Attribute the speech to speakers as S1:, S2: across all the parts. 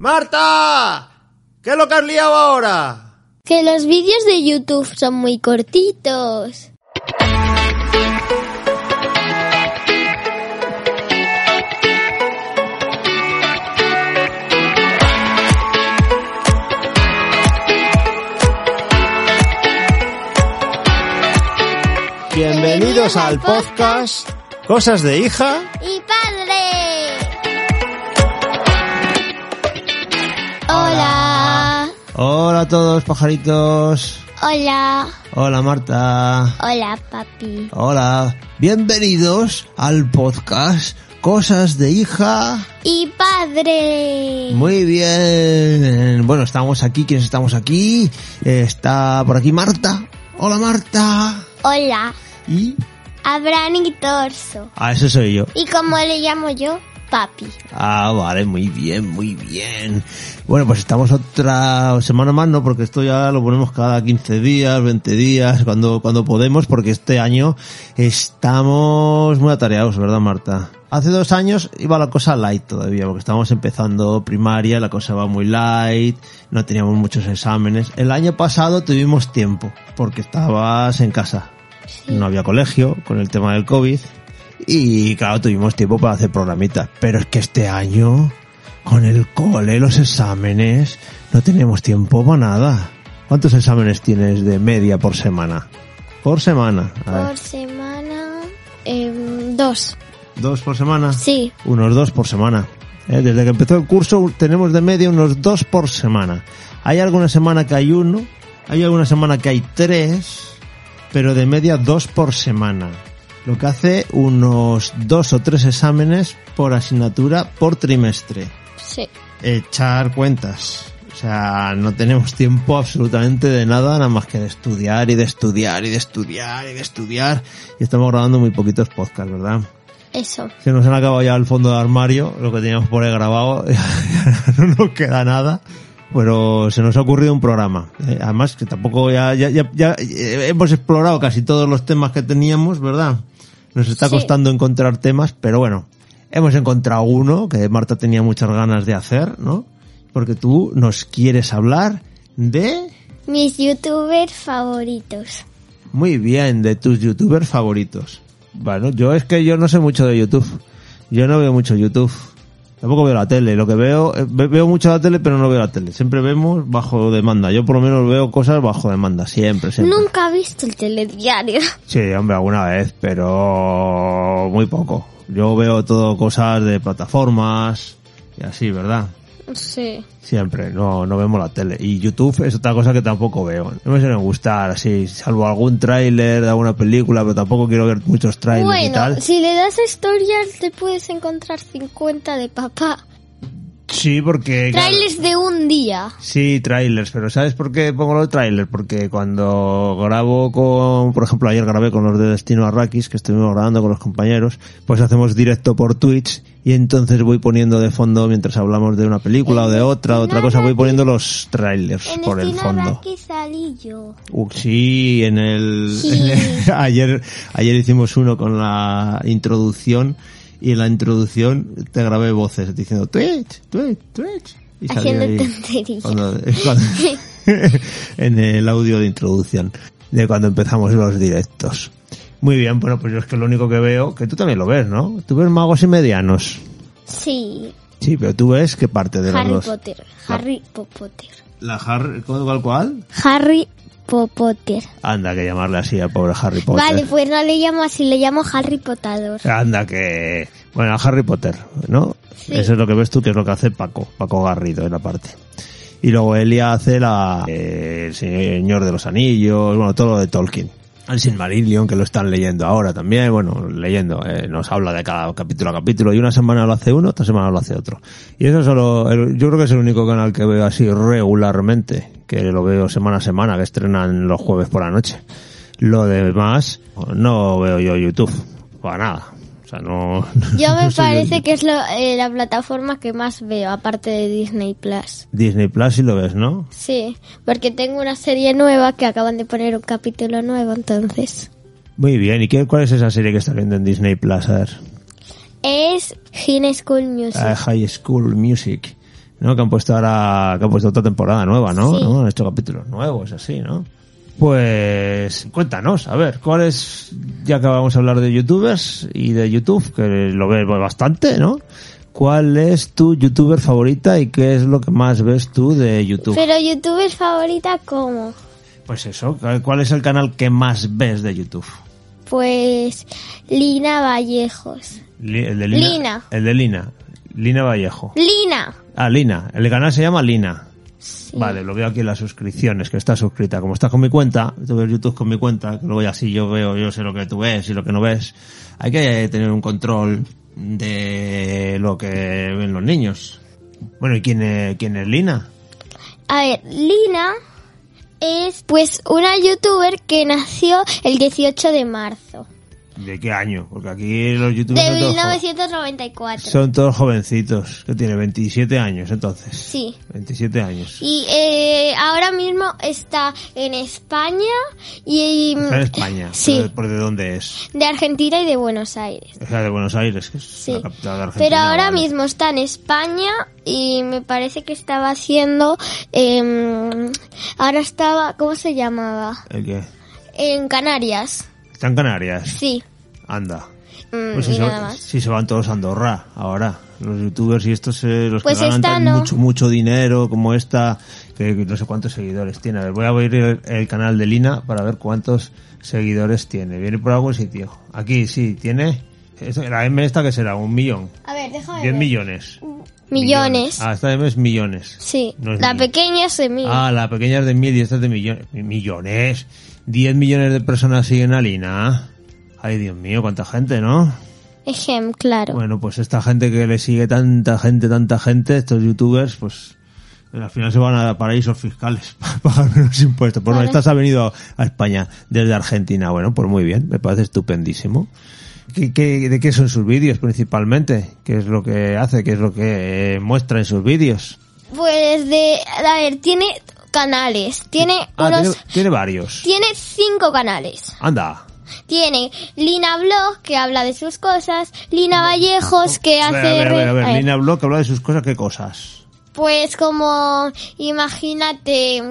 S1: ¡Marta! ¿Qué es lo que has liado ahora?
S2: Que los vídeos de YouTube son muy cortitos.
S1: Bienvenidos al podcast Cosas de hija.
S2: ¡Y padre! Hola.
S1: Hola a todos, pajaritos.
S2: Hola.
S1: Hola, Marta.
S2: Hola, papi.
S1: Hola. Bienvenidos al podcast Cosas de hija.
S2: ¡Y padre!
S1: Muy bien. Bueno, estamos aquí. ¿Quiénes estamos aquí? Eh, Está por aquí Marta. Hola, Marta.
S2: Hola.
S1: Y...
S2: Abraham y Torso.
S1: Ah, eso soy yo.
S2: ¿Y cómo le llamo yo? Papi.
S1: Ah, vale, muy bien, muy bien. Bueno, pues estamos otra semana más, ¿no? Porque esto ya lo ponemos cada 15 días, 20 días, cuando, cuando podemos, porque este año estamos muy atareados, ¿verdad, Marta? Hace dos años iba la cosa light todavía, porque estábamos empezando primaria, la cosa va muy light, no teníamos muchos exámenes. El año pasado tuvimos tiempo, porque estabas en casa. No había colegio con el tema del COVID. Y claro, tuvimos tiempo para hacer programitas. Pero es que este año, con el cole, los exámenes, no tenemos tiempo para nada. ¿Cuántos exámenes tienes de media por semana? Por semana. A ver,
S2: Por semana. em, dos.
S1: ¿Dos por semana?
S2: Sí.
S1: Unos dos por semana. ¿eh? Desde que empezó el curso tenemos de media unos dos por semana. Hay alguna semana que hay uno, hay alguna semana que hay tres, pero de media dos por semana. Lo que hace unos dos o tres exámenes por asignatura por trimestre.
S2: Sí.
S1: Echar cuentas. O sea, no tenemos tiempo absolutamente de nada, nada más que de estudiar y de estudiar y de estudiar y de estudiar. Y estamos grabando muy poquitos podcasts, ¿verdad?
S2: Eso.
S1: Se nos han acabado ya el fondo del armario, lo que teníamos por ahí grabado, no nos queda nada. Pero se nos ha ocurrido un programa. Eh, además, que tampoco ya, ya, ya, ya, eh, hemos explorado casi todos los temas que teníamos, ¿verdad? Nos está
S2: Sí.
S1: costando encontrar temas, pero bueno, hemos encontrado uno que Marta tenía muchas ganas de hacer, ¿no? Porque tú nos quieres hablar de...
S2: Mis youtubers favoritos.
S1: Muy bien, de tus youtubers favoritos. Bueno, yo es que yo no sé mucho de YouTube. Yo no veo mucho YouTube. Tampoco veo la tele. Lo que veo, eh, ve- veo mucho la tele, pero no veo la tele. Siempre vemos bajo demanda. Yo por lo menos veo cosas bajo demanda. Siempre, siempre.
S2: Nunca he visto el telediario.
S1: Sí, hombre, alguna vez, pero muy poco. Yo veo todo cosas de plataformas y así, ¿verdad?
S2: Sí.
S1: Siempre, no, no vemos la tele. Y YouTube es otra cosa que tampoco veo. No me suelen gustar, así, salvo algún tráiler de alguna película, pero tampoco quiero ver muchos trailers y
S2: Bueno,
S1: tal.
S2: si le das a historias te puedes encontrar 50 de papá.
S1: Sí, porque... claro,
S2: Trailers de un día.
S1: Sí, trailers, pero ¿sabes por qué pongo los trailers? Porque cuando grabo con, por ejemplo, ayer grabé con los de Destino Arrakis, que estuvimos grabando con los compañeros, pues hacemos directo por Twitch y entonces voy poniendo de fondo, mientras hablamos de una película o de otra, de otra cosa, voy poniendo los trailers
S2: En
S1: por el
S2: Destino
S1: fondo.
S2: Arrakis salí yo.
S1: Uh, sí, en el,
S2: Sí.
S1: en el- ayer ayer hicimos uno con la introducción y en la introducción te grabé voces diciendo Twitch, Twitch, Twitch y salí
S2: Haciendo
S1: ahí
S2: tonterías.
S1: cuando- cuando- en el audio de introducción de cuando empezamos los directos. Muy bien, bueno, pues yo es que lo único que veo, que tú también lo ves, ¿no? Tú ves magos y medianos.
S2: Sí.
S1: Sí, pero tú ves qué parte de
S2: Harry
S1: los dos.
S2: Potter. Harry Potter.
S1: La Harry, ¿cuál, cuál, cuál?
S2: Harry Po- Potter.
S1: Anda, que llamarle así al pobre Harry Potter.
S2: Vale, pues no le llamo así, le llamo Harry Potador.
S1: Anda que... Bueno, Harry Potter, ¿no?
S2: Sí.
S1: Eso es lo que ves tú, que es lo que hace Paco, Paco Garrido en la parte. Y luego Elia hace la... eh, el Señor de los Anillos, bueno, todo lo de Tolkien. El Silmarillion, que lo están leyendo ahora también, bueno, leyendo, eh, nos habla de cada capítulo a capítulo, y una semana lo hace uno, otra semana lo hace otro. Y eso solo, el- yo creo que es el único canal que veo así regularmente, que lo veo semana a semana, que estrenan los jueves por la noche. Lo demás, no veo yo YouTube, para nada. O sea, no...
S2: Yo me
S1: no soy
S2: parece que es lo- eh, la plataforma que más veo, aparte de Disney Plus.
S1: Disney Plus si lo ves, ¿no?
S2: Sí, porque tengo una serie nueva que acaban de poner un capítulo nuevo, entonces.
S1: Muy bien, ¿y qué, cuál es esa serie que está viendo en Disney Plus? A ver.
S2: Es High School Music.
S1: Ah, High School Music. ¿no? Que han puesto ahora, que han puesto otra temporada nueva, ¿no?
S2: Sí.
S1: ¿No? Han hecho capítulos nuevos, así, ¿no? Pues cuéntanos, a ver, ¿cuál es, ya que vamos a hablar de youtubers y de YouTube, que lo ves bastante, ¿no? ¿Cuál es tu youtuber favorita y qué es lo que más ves tú de YouTube?
S2: Pero YouTube es favorita como.
S1: Pues eso, ¿cuál es el canal que más ves de YouTube?
S2: Pues Lina Vallejos.
S1: Li- El de Lina.
S2: Lina.
S1: El de Lina. Lina Vallejo.
S2: Lina.
S1: Ah, Lina. El canal se llama Lina.
S2: Sí.
S1: Vale, lo veo aquí en las suscripciones, que está suscrita. Como estás con mi cuenta, tú ves YouTube con mi cuenta, que luego ya así yo veo, yo sé lo que tú ves y lo que no ves. Hay que tener un control de lo que ven los niños. Bueno, ¿y quién, eh, quién es Lina?
S2: A ver, Lina es pues una youtuber que nació el 18 de marzo
S1: ¿De qué año? Porque aquí los youtubers
S2: de
S1: son todos, jo-
S2: 1994.
S1: son todos jovencitos, que tiene 27 años entonces.
S2: Sí.
S1: 27 años.
S2: Y eh, ahora mismo está en España y
S1: Está en España.
S2: mm, Sí.
S1: pero ¿Por de dónde es?
S2: de Argentina y de Buenos Aires.
S1: O sea, de Buenos Aires, que es
S2: Sí.
S1: la capital de Argentina.
S2: Pero ahora
S1: vale.
S2: mismo está en España y me parece que estaba haciendo... em, ahora estaba... ¿Cómo se llamaba?
S1: ¿El qué?
S2: En Canarias.
S1: Está en Canarias.
S2: Sí.
S1: Anda.
S2: Mm,
S1: Pues
S2: y
S1: si se,
S2: nada más.
S1: si se van todos a Andorra ahora. Los youtubers y estos, eh, los
S2: Pues
S1: que ganan
S2: esta
S1: tan
S2: no.
S1: mucho, mucho dinero como esta, que no sé cuántos seguidores tiene. A ver, voy a abrir el, el canal de Lina para ver cuántos seguidores tiene. Viene por algún sitio. Aquí sí, tiene. esto- La M esta que será un millón.
S2: A ver, déjame
S1: Diez
S2: ver.
S1: millones.
S2: Millones.
S1: Ah, esta M es millones.
S2: Sí.
S1: No es
S2: la
S1: millones.
S2: pequeña es de mil.
S1: Ah, la pequeña es de mil y esta es de millones. Millones. 10 millones de personas siguen a Lina. Ay, Dios mío, cuánta gente, ¿no?
S2: Ejem, claro.
S1: Bueno, pues esta gente que le sigue tanta gente, tanta gente, estos youtubers, pues al final se van a paraísos fiscales para pagar menos impuestos. Por lo
S2: Vale.
S1: estas ha venido a España desde Argentina. Bueno, pues muy bien, me parece estupendísimo. ¿Qué, qué, de qué son sus vídeos principalmente? ¿Qué es lo que hace? ¿Qué es lo que eh, muestra en sus vídeos?
S2: Pues de... A ver, tiene canales. Tiene
S1: Ah,
S2: unos...
S1: tiene, tiene varios.
S2: Tiene cinco canales.
S1: Anda.
S2: Tiene Lina Blog, que habla de sus cosas. Lina Vallejos, que
S1: A
S2: hace...
S1: ver, Ah, a ver, a ver, a ver.
S2: a ver,
S1: Lina Block habla de sus cosas, ¿qué cosas?
S2: Pues como... Imagínate...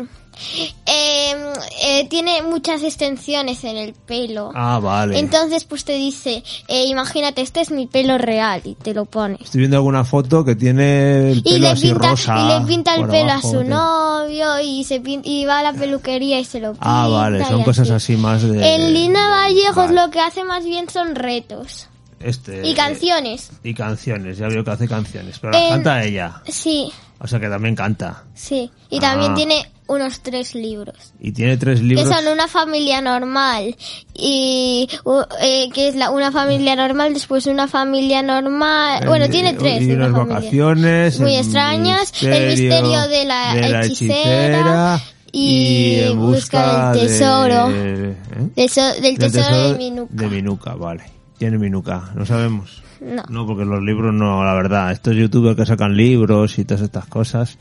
S2: eh, eh, tiene muchas extensiones en el pelo.
S1: Ah, vale.
S2: Entonces, pues te dice, eh, imagínate, este es mi pelo real y te lo pones.
S1: Estoy viendo alguna foto que tiene el
S2: Y
S1: pelo
S2: le,
S1: así
S2: pinta,
S1: rosa.
S2: y le pinta el
S1: por
S2: pelo
S1: abajo,
S2: a su
S1: que-
S2: novio y se pin- y va a la peluquería y se lo pinta.
S1: Ah, vale,
S2: y
S1: son cosas así más de...
S2: En Lina Vallejos
S1: Vale.
S2: lo que hace más bien son retos
S1: Este,
S2: y canciones.
S1: Y canciones, ya veo que hace canciones, pero las
S2: En-
S1: canta ella.
S2: Sí,
S1: O sea que también canta.
S2: sí. Y también
S1: Ah.
S2: tiene unos tres libros.
S1: Y tiene tres libros.
S2: Que son una familia normal y u- eh, que es la, una familia normal, después una familia normal,
S1: eh,
S2: bueno tiene tres.
S1: Y
S2: una
S1: unas
S2: familia.
S1: vacaciones.
S2: muy
S1: el
S2: extrañas, el misterio de la hechicera, y
S1: en
S2: busca del
S1: de-
S2: tesoro.
S1: ¿eh?
S2: Del, so- del
S1: Del
S2: tesoro,
S1: tesoro
S2: de Minuca.
S1: de Minuca, vale. Tiene Minuca, no sabemos.
S2: No.
S1: porque los libros no, la verdad. Estos youtubers que sacan libros y todas estas cosas.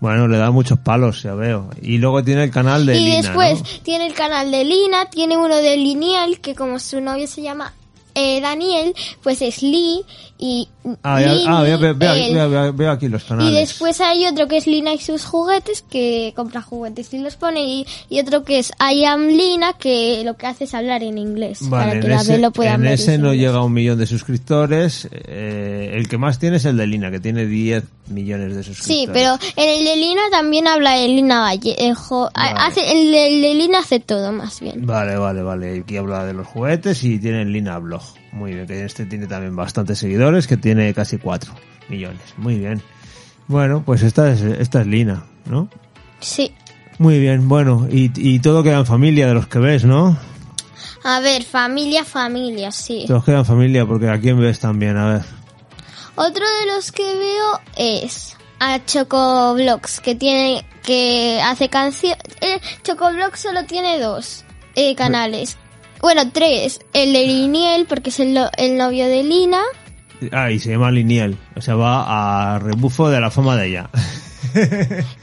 S1: Bueno, le da muchos palos, ya veo. Y luego tiene el canal de
S2: y
S1: Lina,
S2: después
S1: ¿no?
S2: tiene el canal de Lina, tiene uno de Lineal, que como su novio se llama eh, Daniel, pues es Lee y
S1: Ah, ya-
S2: Lini,
S1: ah, veo, veo- veo-
S2: él.
S1: veo- veo- veo aquí los canales.
S2: Y después hay otro que es Lina y sus juguetes, que compra juguetes y los pone. Y, y otro que es I am Lina, que lo que hace es hablar en inglés.
S1: Vale,
S2: para que
S1: en
S2: la
S1: ese,
S2: ve- lo puedan
S1: en
S2: ver.
S1: ese
S2: los
S1: no
S2: niños.
S1: llega a un millón de suscriptores. Eh, el que más tiene es el de Lina, que tiene 10 millones de suscriptores.
S2: Sí, pero en el de Lina también habla de Lina Vallejo.
S1: Vale.
S2: Ah, Hace, el, de, el de Lina hace todo, más bien.
S1: Vale, vale, vale. Aquí habla de los juguetes y tiene en Lina Blog. Muy bien, que este tiene también bastantes seguidores, que tiene casi 4 millones. Muy bien. Bueno, pues esta es, esta es Lina, ¿no?
S2: Sí.
S1: Muy bien, bueno, y, y todo queda en familia de los que ves, ¿no?
S2: A ver, familia, familia, sí.
S1: Todos quedan en familia, porque ¿a quién ves también? A ver.
S2: Otro de los que veo es a Chocoblox, que tiene que hace canción. Eh, Chocoblox solo tiene dos eh, canales. Bueno, tres. El de Liniel, porque es el, lo- el novio de Lina.
S1: Ah, y se llama Liniel, o sea, va a rebufo de la fama de ella.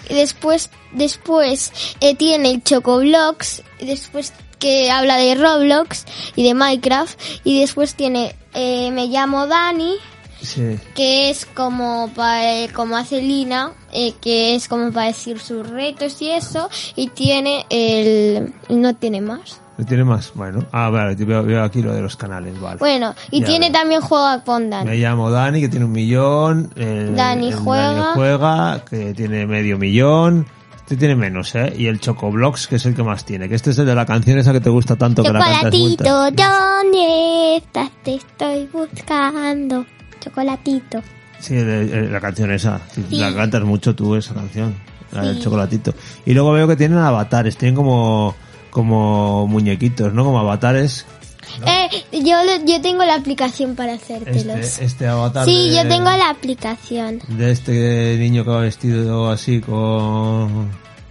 S2: Y después, después eh, tiene el Chocoblox, y después que habla de Roblox y de Minecraft. Y después tiene eh, Me llamo Dani,
S1: Sí.
S2: que es como para como hace Lina eh, que es como para decir sus retos y eso y tiene el no tiene más
S1: ¿Tiene más? Bueno. Ah, vale, te veo, veo aquí lo de los canales, vale.
S2: bueno y
S1: Ya
S2: tiene
S1: veo.
S2: también juega con Dan
S1: Me llamo Dani, que tiene un millón. el-
S2: Dani
S1: el
S2: juega.
S1: juega, que tiene medio millón. Este tiene menos, ¿eh? Y el Chocoblox, que es el que más tiene. Que este es el de la canción esa que te gusta tanto que la cantas mucho.
S2: chocolatito dónde estás te estoy buscando chocolatito
S1: Sí, el- el- la canción esa. Sí,
S2: Sí.
S1: La cantas mucho tú, esa canción. La del
S2: Sí.
S1: chocolatito. Y luego veo que tienen avatares. Tienen como, como muñequitos, ¿no? Como avatares.
S2: eh, yo lo- yo tengo la aplicación para hacértelos
S1: Este, este avatar.
S2: sí
S1: de-
S2: yo tengo la aplicación
S1: De este niño que va vestido así con...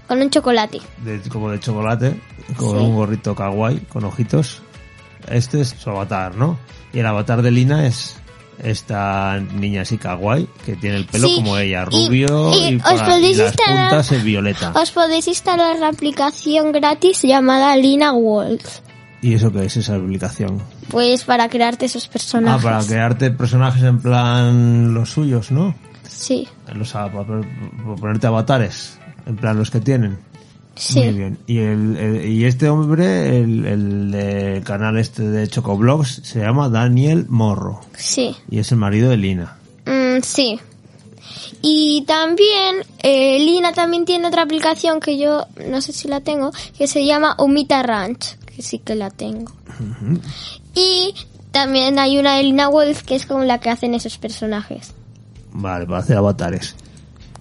S2: con un chocolate
S1: de- como de chocolate, con
S2: Sí.
S1: un gorrito kawaii, con ojitos. Este es su avatar, ¿no? Y el avatar de Lina es esta niña así kawaii, que tiene el pelo
S2: Sí,
S1: como ella,
S2: y-
S1: rubio y,
S2: y os
S1: para- y
S2: podéis
S1: las
S2: instalar-
S1: puntas es violeta.
S2: Os podéis instalar la aplicación gratis llamada Lina World.
S1: ¿Y eso qué es esa aplicación?
S2: Pues para crearte esos
S1: Ah,
S2: personajes.
S1: para crearte personajes en plan los suyos, ¿no?
S2: Sí,
S1: Los, a- para, para ponerte avatares, en plan los que tienen. Muy
S2: sí.
S1: bien. Y, el, el- y este hombre, el, el del canal este de Chocoblogs, se llama Daniel Morro.
S2: Sí.
S1: Y es el marido de Lina.
S2: Mm, sí. Y también eh, Lina también tiene otra aplicación que yo no sé si la tengo, que se llama Umita Ranch, que sí que la tengo. Y también hay una de Lina Wolf que es con la que hacen esos personajes.
S1: Vale, para hacer avatares.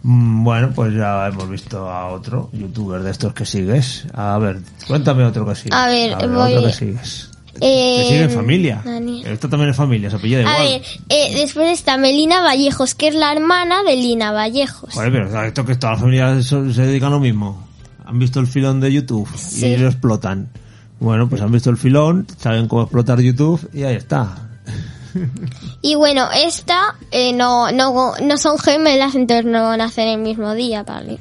S1: Mm, Bueno, pues ya hemos visto a otro youtuber de estos que sigues. A ver, cuéntame otro que sigues.
S2: A ver,
S1: otro
S2: voy-
S1: que sigues.
S2: Eh,
S1: Que sigue en familia.
S2: Dani.
S1: Esto también es familia, se apellida igual.
S2: A ver, eh, después está Melina Vallejos, que es la hermana de Lina Vallejos.
S1: Joder, pero esto que todas las familias so- se dedican a lo mismo. Han visto el filón de YouTube y
S2: Sí.
S1: lo explotan. Bueno, pues han visto el filón, saben cómo explotar YouTube y ahí está.
S2: Y bueno, esta eh, no, no, no son gemelas, entonces no nacen el mismo día, vale.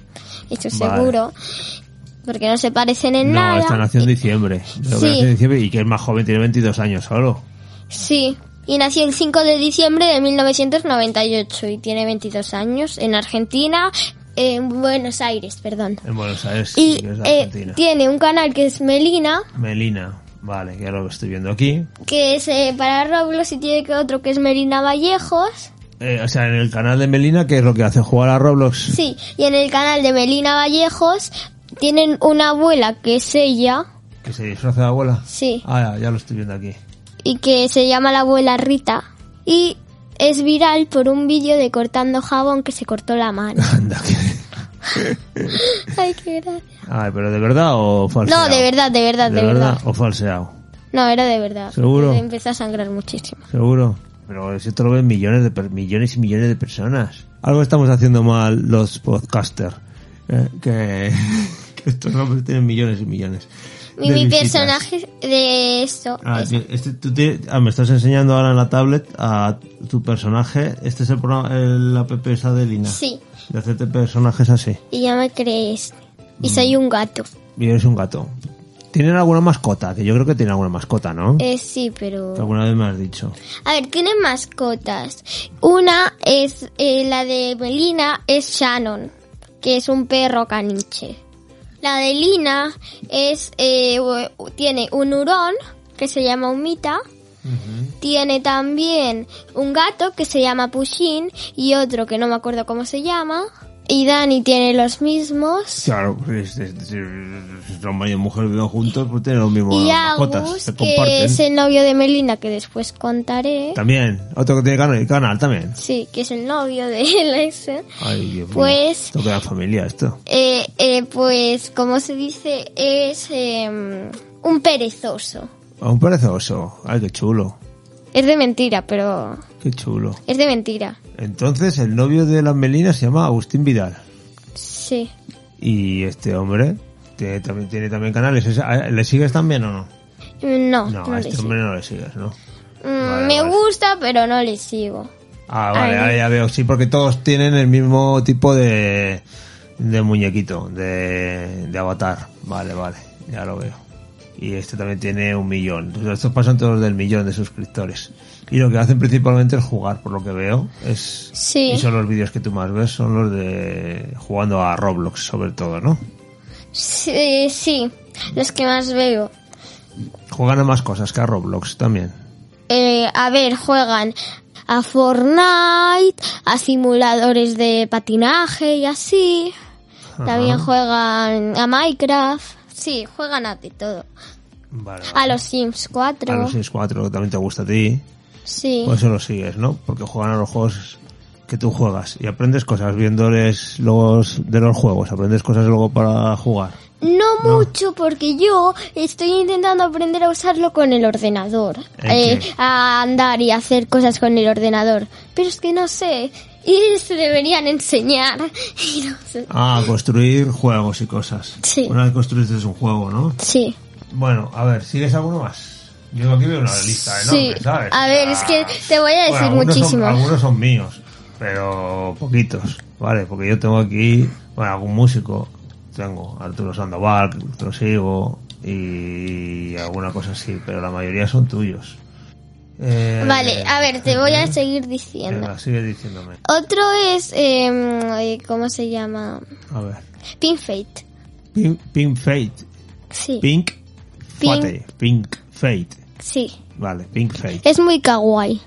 S2: Esto es
S1: Vale.
S2: seguro. Porque no se parecen en
S1: No,
S2: nada.
S1: esta nació en diciembre. Creo que
S2: Sí.
S1: nació en diciembre y que es más joven, tiene 22 años solo.
S2: Sí. Y nació el 5 de diciembre de 1998 y tiene 22 años en Argentina, en Buenos Aires, perdón.
S1: En Buenos Aires,
S2: Y
S1: que es de
S2: eh,
S1: Argentina.
S2: tiene un canal que es Melina,
S1: Melina, vale, que ya lo estoy viendo aquí.
S2: que es eh, para Roblox, y tiene que otro que es Melina Vallejos.
S1: Eh, o sea, en el canal de Melina, que es lo que hace jugar a Roblox.
S2: Sí, y en el canal de Melina Vallejos tienen una abuela que es ella,
S1: Que se disfraza de abuela.
S2: sí,
S1: Ah, ya, ya lo estoy viendo aquí.
S2: y que se llama la abuela Rita. Y es viral por un vídeo de cortando jabón que se cortó la mano.
S1: Anda, que-
S2: Ay, qué gracia.
S1: Ay, pero de verdad o falseado.
S2: No, de verdad, de verdad, de,
S1: De
S2: verdad.
S1: verdad o falseado.
S2: No, era de verdad.
S1: ¿Seguro?
S2: Me Empezó a sangrar muchísimo.
S1: Seguro. Pero si esto lo ven millones de per- millones y millones de personas. Algo estamos haciendo mal los podcasters. eh, que que estos nombres tienen millones y millones.
S2: Mi,
S1: de
S2: mi
S1: visitas.
S2: personaje de esto
S1: Ah,
S2: es-
S1: tío, este, tú te- ah, me estás enseñando ahora en la tablet a tu personaje. Este es el, programa, el app esa de Lina.
S2: Sí,
S1: De hacerte personajes así.
S2: y ya me crees. Y soy
S1: Mm.
S2: un gato.
S1: Y eres un gato. ¿Tienen alguna mascota? Que yo creo que tienen alguna mascota, ¿no?
S2: Eh, sí, pero...
S1: Que alguna vez me has dicho.
S2: A ver, tienen mascotas. Una es eh, la de Melina, es Shannon, que es un perro caniche. La de Lina es eh, u- tiene un hurón que se llama Umita. Tiene también un gato que se llama Pushin y otro que no me acuerdo cómo se llama. Y Dani tiene los mismos.
S1: Claro, pues, es- es- es- los maridos y mujeres viven juntos, pues tienen los mismos
S2: y
S1: mascotas,
S2: Agus,
S1: se
S2: que
S1: comparten.
S2: es el novio de Melina, que después contaré.
S1: También, otro que tiene canal, canal también.
S2: Sí, que es el novio de la ex.
S1: Ay, Dios mío.
S2: Pues-
S1: Esto queda familia, esto.
S2: Eh, eh, pues, como se dice, es em, un perezoso.
S1: A un perezoso. Ay, qué chulo.
S2: Es de mentira, pero
S1: Qué chulo.
S2: es de mentira.
S1: Entonces, el novio de las Melinas se llama Agustín Vidal.
S2: Sí.
S1: Y este hombre tiene también, tiene también canales. Ese- a- ¿Le sigues también o no? No,
S2: No, no,
S1: a
S2: le
S1: este
S2: sigo.
S1: hombre no le sigues, ¿no?
S2: Mm,
S1: vale,
S2: me
S1: vale.
S2: gusta, pero no le sigo.
S1: Ah, vale,
S2: Ay.
S1: ahora ya veo. Sí, porque todos tienen el mismo tipo de, de muñequito, de, de avatar. Vale, vale, ya lo veo. Y este también tiene un millón. Estos pasan todos del millón de suscriptores. Y lo que hacen principalmente es jugar, por lo que veo. Es,
S2: Sí.
S1: Y son los vídeos que tú más ves, son los de jugando a Roblox, sobre todo, ¿no?
S2: Sí, sí, los que más veo.
S1: Juegan a más cosas que a Roblox también.
S2: Eh, a ver, juegan a Fortnite, a simuladores de patinaje y así. También
S1: Ajá.
S2: juegan a Minecraft. Sí, juegan a de todo.
S1: Vale,
S2: A
S1: vale.
S2: los Sims 4.
S1: A los 6-4, que también te gusta a ti.
S2: Sí.
S1: Por Pues eso lo sigues, ¿no? Porque juegan a los juegos que tú juegas y aprendes cosas viéndoles los de los juegos, aprendes cosas luego para jugar.
S2: No
S1: No.
S2: mucho porque yo estoy intentando aprender a usarlo con el ordenador. eh,
S1: ¿En qué?
S2: a andar y hacer cosas con el ordenador. Pero es que no sé. Y se deberían enseñar. Y no sé.
S1: Ah, construir juegos y cosas.
S2: Sí.
S1: Una vez construiste un juego, ¿no?
S2: Sí.
S1: Bueno, a ver, ¿sigues alguno más? Yo aquí veo una lista enorme,
S2: Sí.
S1: ¿sabes? Ah,
S2: A ver, es que te voy a decir
S1: algunos son-
S2: muchísimo.
S1: algunos son míos, pero poquitos, ¿vale? Porque yo tengo aquí, bueno, algún músico. Tengo Arturo Sandoval, que lo sigo, y alguna cosa así, pero la mayoría son tuyos. Eh,
S2: Vale, a ver, te voy a
S1: ¿eh?
S2: seguir diciendo.
S1: Venga, sigue diciéndome.
S2: Otro es, eh, ¿cómo se llama?
S1: A ver.
S2: Pin Fate.
S1: Pink, Pink Fate.
S2: Sí,
S1: Pink
S2: Pink.
S1: Fate. Pink Fate.
S2: sí.
S1: Vale, Pink Fate.
S2: Es muy kawaii.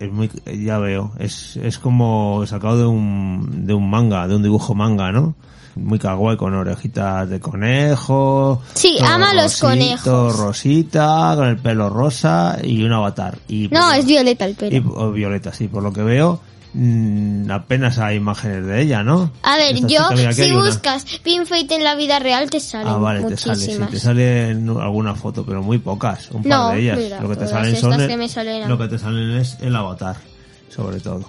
S1: Es muy, ya veo, es, es como sacado de un, de un manga, de un dibujo manga, ¿no? Muy kawaii con orejitas de conejo.
S2: Sí,
S1: todo
S2: ama los conejos.
S1: Rosita, con el pelo rosa y un avatar. Y
S2: No,
S1: por-
S2: es violeta el pelo.
S1: y- o violeta, sí, por lo que veo, mm, apenas hay imágenes de ella, ¿no?
S2: A ver,
S1: Esta
S2: yo,
S1: chica, mira, aquí hay
S2: si
S1: una.
S2: buscas Pin Fate en la vida real, te salen
S1: Ah, vale, te sale,
S2: muchísimas.
S1: sí, te sale en alguna foto, pero muy pocas, un
S2: No,
S1: par de ellas.
S2: mira,
S1: lo que te
S2: todas
S1: salen
S2: estas
S1: son el-
S2: que me salen a
S1: lo
S2: mí.
S1: que te salen es el avatar, sobre todo.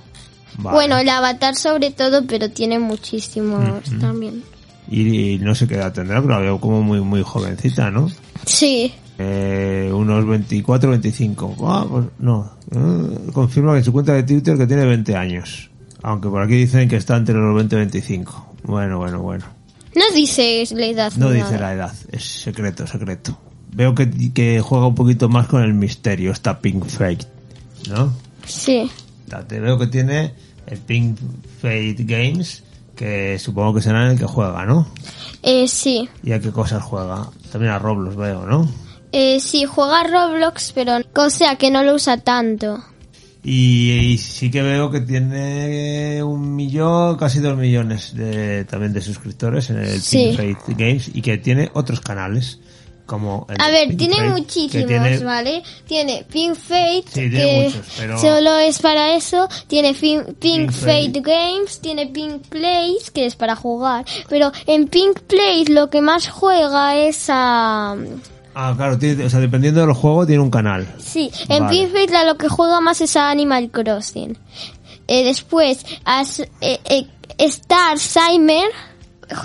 S1: Vale.
S2: Bueno, eh- el avatar sobre todo, pero tiene muchísimos también.
S1: y, y no sé qué edad tendrá, pero la veo como muy muy jovencita, ¿no?
S2: Sí,
S1: Eh, unos 24, 25. Ah, pues no. Eh, confirma que en su cuenta de Twitter que tiene 20 años. Aunque por aquí dicen que está entre los 20 y 25. Bueno, bueno, bueno.
S2: no dices la edad.
S1: No
S2: ni
S1: dice
S2: nada.
S1: la edad, es secreto, secreto. Veo que, que juega un poquito más con el misterio esta Pink Fate, ¿no?
S2: Sí,
S1: Ta- Te veo que tiene el Pink Fate Games, que supongo que será en el que juega, ¿no?
S2: eh, sí.
S1: ¿Y a qué cosas juega? También a Roblox veo, ¿no?
S2: Eh, sí, juega a Roblox, pero o sea que no lo usa tanto.
S1: Y, y sí que veo que tiene un millón, casi dos millones de, también de suscriptores en el
S2: Sí.
S1: Pink Fate Games y que tiene otros canales como el
S2: A
S1: de
S2: ver,
S1: Pink
S2: tiene
S1: Fate, que
S2: muchísimos,
S1: tiene-
S2: ¿vale? Tiene Pink Fate,
S1: Sí, tiene
S2: que
S1: muchos, pero-
S2: solo es para eso. Tiene Fin- Pink,
S1: Pink
S2: Fate,
S1: Fate.
S2: Games, tiene Pink Place, que es para jugar. Pero en Pink Place lo que más juega es a...
S1: Ah, claro, tiene- o sea, dependiendo del juego tiene un canal.
S2: Sí, en
S1: Vale.
S2: Pink Fate la- lo que juega más es a Animal Crossing. Eh, después, as- eh, eh, Star Simer,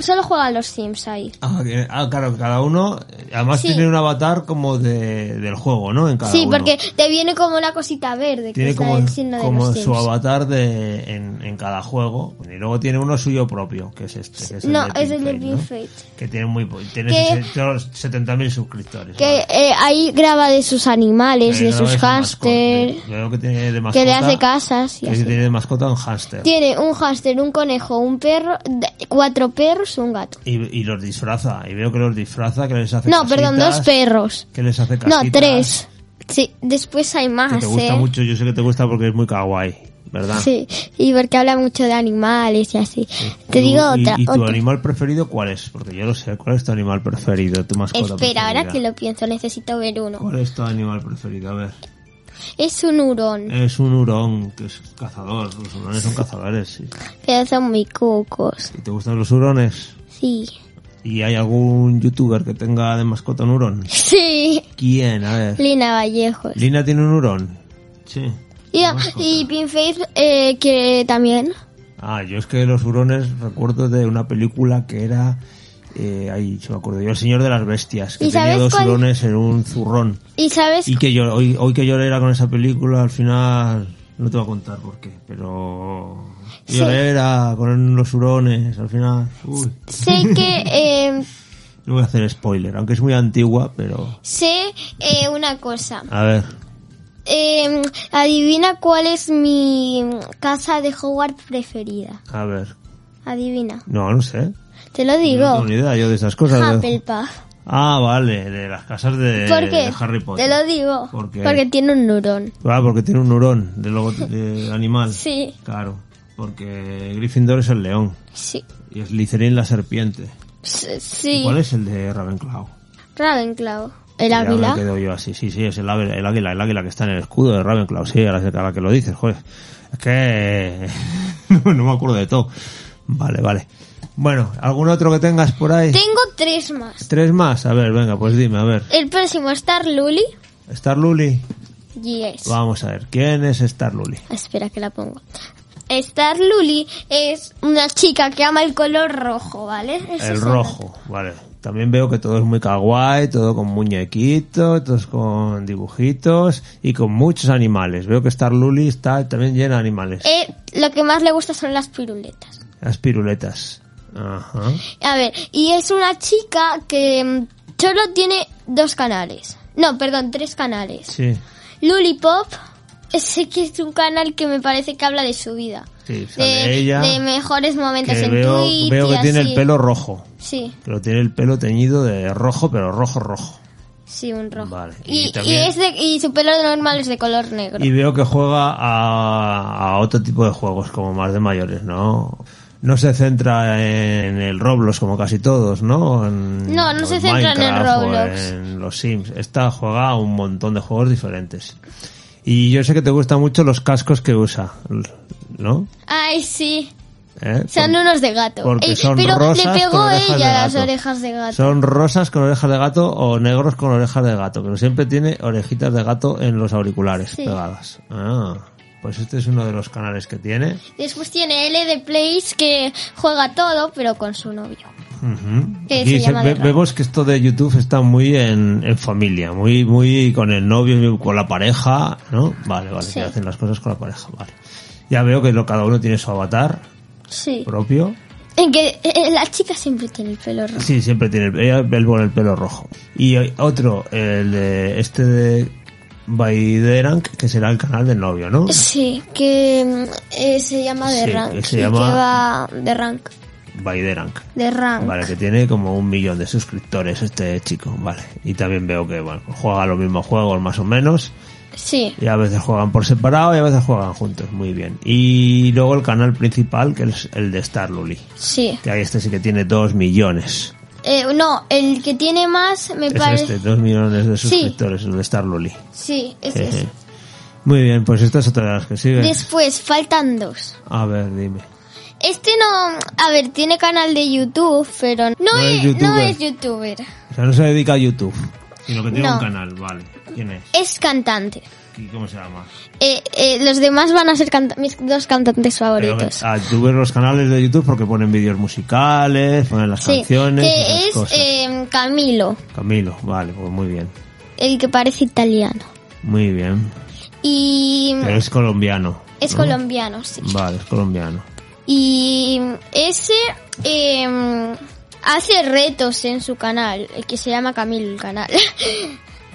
S2: solo juega a los Sims ahí.
S1: Ah, que- ah, claro, cada uno, eh, además
S2: Sí.
S1: tiene un avatar como de, del juego, ¿no? En cada
S2: sí,
S1: uno.
S2: porque te viene como una cosita verde, que
S1: tiene
S2: es la
S1: como,
S2: del signo de
S1: como
S2: los
S1: su
S2: Sims.
S1: avatar de, en, en cada juego. Y luego tiene uno suyo propio, que es este. que es el
S2: No,
S1: de
S2: es el de
S1: Pink
S2: Pink
S1: Floyd, ¿no?
S2: Floyd.
S1: Que tiene muy po- tiene
S2: Que-
S1: 70.000 suscriptores.
S2: Que eh, ahí graba de sus
S1: ¿no?
S2: animales,
S1: Que
S2: de
S1: no
S2: sus
S1: es un
S2: hámster,
S1: mascote. Veo que tiene de mascota.
S2: que le hace casas y
S1: que
S2: así.
S1: tiene de mascota un hámster.
S2: Tiene un hámster, un conejo, un perro, de- cuatro perros, un gato.
S1: Y, y los disfraza. Y veo que los disfraza, que les hace
S2: No, perdón, dos
S1: casitas,
S2: perros.
S1: Que les hace
S2: No,
S1: casitas.
S2: tres. Sí, después hay
S1: Que
S2: más,
S1: te gusta
S2: ¿eh?
S1: mucho, yo sé que te gusta porque es muy kawaii, ¿verdad?
S2: Sí, y porque habla mucho de animales y así. Te
S1: Y-
S2: digo
S1: y-
S2: otra.
S1: ¿Y tu
S2: otra.
S1: animal preferido cuál es? Porque yo lo sé, ¿cuál es tu animal preferido? Tu mascota
S2: Espera, ahora
S1: preferida?
S2: que lo pienso, necesito ver uno.
S1: ¿Cuál es tu animal preferido? A ver.
S2: Es un hurón,
S1: Es un hurón, que es cazador. Los hurones son cazadores. sí.
S2: pero son muy cocos.
S1: ¿Y te gustan los hurones?
S2: Sí.
S1: ¿Y hay algún youtuber que tenga de mascota un hurón?
S2: Sí.
S1: ¿Quién? A ver.
S2: Lina Vallejos.
S1: ¿Lina tiene un hurón? Sí.
S2: Y,
S1: mascota.
S2: y Pinface, eh, que también.
S1: Ah, yo es que los hurones recuerdo de una película que era... Eh, ahí se me acuerdo yo, El Señor de las Bestias, que
S2: ¿Y
S1: tenía
S2: sabes
S1: dos
S2: cuál-
S1: hurones en un zurrón.
S2: Y sabes,
S1: Y que yo, hoy, hoy que llorera con esa película, al final no te voy a contar por qué, pero
S2: Sí.
S1: llorera con los hurones, al final, uy,
S2: sé que, eh,
S1: no voy a hacer spoiler, aunque es muy antigua, pero
S2: sé eh, una cosa.
S1: a ver,
S2: eh, adivina cuál es mi casa de Hogwarts preferida.
S1: A ver.
S2: Adivina.
S1: No, no sé.
S2: Te lo
S1: No
S2: digo.
S1: tengo ni idea yo de esas cosas.
S2: Hufflepuff.
S1: Ah, vale, de las casas de,
S2: ¿Por qué?
S1: de Harry Potter.
S2: Te lo digo.
S1: ¿Por qué?
S2: Porque tiene un nurón.
S1: Ah, porque tiene un hurón de, logo- de animal.
S2: Sí,
S1: Claro, porque Gryffindor es el león
S2: sí.
S1: y Slytherin la serpiente.
S2: S- Sí.
S1: ¿Cuál es el de Ravenclaw?
S2: Ravenclaw. El
S1: Ya
S2: águila.
S1: me quedo yo así, sí, sí, es el, ave- el águila, el águila que está en el escudo de Ravenclaw, sí, a la, que- a la que lo dices, joder. Es que no, no me acuerdo de todo. Vale, vale. Bueno, ¿algún otro que tengas por ahí?
S2: Tengo tres más.
S1: Tres más, a ver, venga, pues dime, a ver.
S2: El próximo Star Luli.
S1: Star Luli,
S2: Yes.
S1: vamos a ver, ¿quién es Star Luli?
S2: Espera que la pongo. Star Luli es una chica que ama el color rojo, ¿vale? Eso
S1: el
S2: es
S1: rojo, vale. También veo que todo es muy kawaii, todo con muñequitos, todos con dibujitos y con muchos animales. Veo que Star Luli está también llena de animales.
S2: una- Eh, lo que más le gusta son las piruletas.
S1: Las piruletas. Ajá.
S2: A ver, y es una chica que mm, solo tiene dos canales. No, perdón, tres canales.
S1: Sí.
S2: Lulipop, ese que es un canal que me parece que habla de su vida.
S1: Sí, sale
S2: de,
S1: ella.
S2: de mejores momentos
S1: que
S2: en
S1: veo,
S2: Twitch
S1: veo
S2: y
S1: que tiene
S2: así.
S1: el pelo rojo.
S2: Sí,
S1: Pero tiene el pelo teñido de rojo, pero rojo, rojo.
S2: sí, un rojo.
S1: Vale, y
S2: Y, y
S1: también-
S2: es de- y su pelo normal es de color negro.
S1: Y veo que juega a, a otro tipo de juegos, como más de mayores, ¿no? No se centra en el Roblox como casi todos, ¿no? En-
S2: No, no
S1: o
S2: se centra en el
S1: Minecraft o
S2: Roblox.
S1: en los Sims. Esta juega a un montón de juegos diferentes. Y yo sé que te gustan mucho los cascos que usa, ¿no?
S2: Ay, sí.
S1: ¿Eh?
S2: Son unos de gato.
S1: Porque
S2: Ey,
S1: son
S2: pero
S1: rosas
S2: le
S1: con
S2: pegó
S1: orejas de
S2: ella las
S1: gato.
S2: orejas de gato.
S1: Son rosas con orejas de gato o negros con orejas de gato, pero siempre tiene orejitas de gato en los auriculares
S2: Sí.
S1: pegadas. Ah, pues este es uno de los canales que tiene.
S2: Después tiene L de Place que juega todo, pero con su novio.
S1: Ujú.
S2: Que
S1: Aquí
S2: se
S1: se-
S2: llama
S1: ve-
S2: de rap.
S1: vemos que esto de YouTube está muy en, en familia, muy muy con el novio, con la pareja, ¿no? Vale, vale,
S2: Sí.
S1: que hacen las cosas con la pareja, vale. Ya veo que lo- cada uno tiene su avatar
S2: Sí.
S1: propio.
S2: En que eh, la chica siempre tiene el pelo rojo.
S1: Sí, siempre tiene el, ella- él pone el pelo rojo. Y hay otro, el de- este de Baiderank, que será el canal del novio, ¿no?
S2: Sí, que mm, eh, se llama The
S1: Sí,
S2: Rank.
S1: se
S2: y
S1: llama-
S2: que va de Rank.
S1: Baiderank.
S2: De Rank.
S1: Vale, que tiene como un millón de suscriptores este chico, vale. Y también veo que, bueno, pues juega los mismos juegos más o menos.
S2: Sí.
S1: Y a veces juegan por separado y a veces juegan juntos, muy bien. Y luego el canal principal, que es el de Star Luli.
S2: Sí.
S1: Que ahí este sí que tiene dos millones.
S2: Eh, no, el que tiene más me
S1: Es
S2: parece...
S1: este, dos millones de
S2: Sí.
S1: suscriptores, el de Star Luli.
S2: Sí, es
S1: Jeje.
S2: ese.
S1: Eh, Muy bien, pues esta es otra de las que sigue.
S2: Después, faltan dos.
S1: A ver, dime.
S2: Este no... A ver, tiene canal de YouTube, pero no,
S1: es
S2: es, no
S1: youtuber.
S2: es youtuber.
S1: O sea, no se dedica a YouTube, sino que tiene
S2: No.
S1: un canal, vale. ¿Quién es?
S2: Es cantante.
S1: ¿Y cómo se llama?
S2: Eh, eh, los demás van a ser canta- mis dos cantantes
S1: Pero,
S2: favoritos.
S1: ah, tú ves los canales de YouTube porque ponen vídeos musicales, ponen las
S2: sí,
S1: canciones, esas
S2: que es
S1: cosas.
S2: eh, Camilo,
S1: Camilo, vale, pues muy bien.
S2: el que parece italiano.
S1: Muy bien.
S2: Y
S1: Pero es colombiano.
S2: es
S1: ¿no?
S2: colombiano, sí.
S1: Vale, es colombiano.
S2: Y ese eh, hace retos en su canal, el que se llama Camilo el canal.